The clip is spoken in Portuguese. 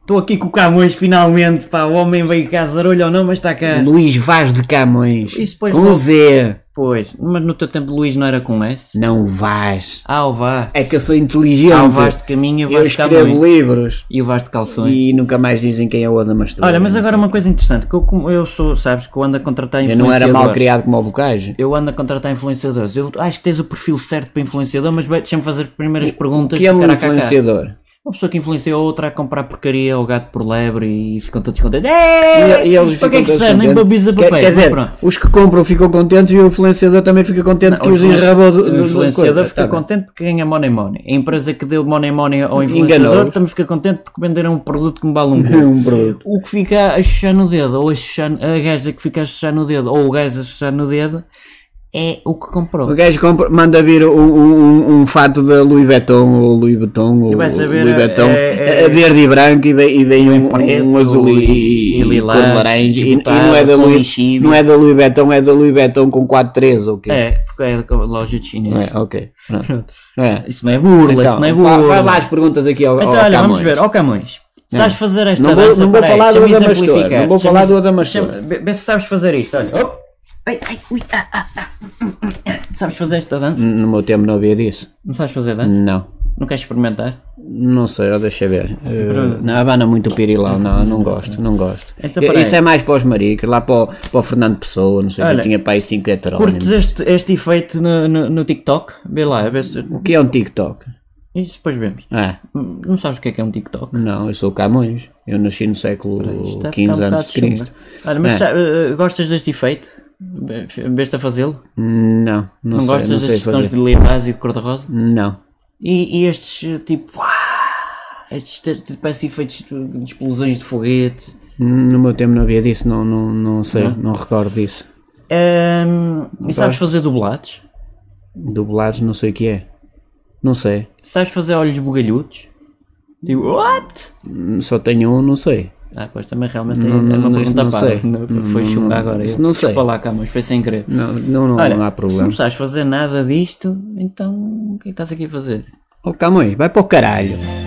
Estou aqui com o Camões finalmente, pá. O homem veio cá, zarolho ou não, mas está cá. Luís Vaz de Camões. É. Isso depois com logo- Z. Pois, mas no teu tempo Luís não era com S? Não Vaz. Ah, o Vaz. É que eu sou inteligente. Ah, o Vaz de caminho e o eu Vaz de escrevo Camões. livros. E o Vaz de calções. E nunca mais dizem quem é o Oda Mastor. Olha, mas agora uma coisa interessante, que eu, como eu sou, sabes, que eu ando a contratar Eu influenciadores. não era mal criado como o Bocage. Eu ando a contratar influenciadores. Eu acho que tens o perfil certo para influenciador, mas vai- deixa-me fazer primeiras perguntas. Que é um cara a cara a cara. influenciador. Uma pessoa que influencia outra a comprar porcaria ao gato por lebre e ficam todos contentes. E, e Ei, eles para que é ficam que todos serve? Nem contentes. babiza Quer, papel. quer dizer, pronto. os que compram ficam contentes e o influenciador também fica contente que o os enrabou do, do- influen- do o influenciador coisa. fica Tá bem. contente porque ganha money money. A empresa que deu money money ao influenciador Enganou-os. também fica contente porque venderam um produto que me vale um cu. um produto. o que fica a chuchar no dedo, ou a, chuchar, a gaja que fica a chuchar no dedo, ou o gajo a chuchar no dedo, é o que comprou. O gajo compra- manda vir um, um, um- um fato da Louis Vuitton ou Louis Vuitton ou vai saber, Louis Vuitton, é- é- a verde e branco e vem, e vem um, preto um azul e- e, É e e, lilás, cor de laranja e, e não, é desbotado, da com Louis, lixívia. não é da Louis Vuitton, é da Louis Vuitton com 4-3 ou quê? É, porque é da loja de chinês. É, ok. Pronto. É. Isso não é burla, Então, isso não é vá- burla. vai lá as perguntas aqui ao, Então, ao olha, Camões. vamos ver. Ó Camões, sabes fazer esta Não vou- dança? não vou Peraí, falar do deixa-me Adamastor, exemplificar. não vou Deixa-me- falar do Adamastor. deixa-me- vê- Vê se sabes fazer isto, olha. Op. Ai, ai, ui, ah, ah, ah. Sabes fazer esta dança? No meu tempo não havia disso. Não sabes fazer dança? Não. Não queres experimentar? Não sei, ó, deixa ver. Eh, não, abana muito o pirilão, não, não gosto, não gosto. Então, Eh, peraí. Isso é mais para os maricos, lá para o, para o Fernando Pessoa, não sei Olha, que tinha para aí 5 heterónimos. Curtes este, este efeito no, no, no TikTok? Vê lá, a ver se. O que é um TikTok? Isso depois vemos. Ah, Hum, Não sabes o que é que é um TikTok? não, eu sou Camões. Eu nasci no século Isto deve ficar um XV antes de bocado chunga. Cristo. Olha, mas É. sabe, eh, gostas deste efeito? Be- Veste a fazê-lo? Não, não, Não sei, gostas não sei destes tons fazer. de lilás e de cor-de-rosa? Não. E, e estes eh, tipo. uá, Estes te- te- parece efeitos de de explosões de foguete. No meu tempo não havia disso, não, não, não sei, não, recordo disso. Ahm, e sabes fazer dublados? Dublados não sei o que é. Não sei. Sabes fazer olhos bugalhudos? Tipo, what? Só tenho um, não sei. Ah, pois também realmente é, Não, é não, uma não, isso pergunta não parva. sei. Não- Foi Não, chunga não, agora. isso não sei. Desculpa lá, Camões, foi sem querer. Não, não, não, Olha, não se não há problema. sabes fazer nada disto, então o que é que estás aqui a fazer? Ó Camões, vai para o caralho.